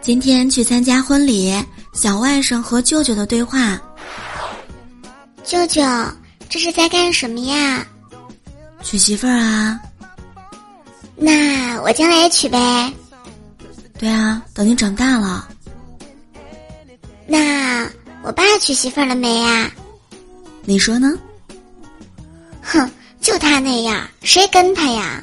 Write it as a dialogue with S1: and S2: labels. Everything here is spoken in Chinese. S1: 今天去参加婚礼，小外甥和舅舅的对话。
S2: 舅舅，这是在干什么呀？
S1: 娶媳妇儿啊？
S2: 那我将来娶呗。
S1: 对啊，等你长大了。
S2: 那我爸娶媳妇儿了没呀？
S1: 你说呢？
S2: 哼，就他那样，谁跟他呀？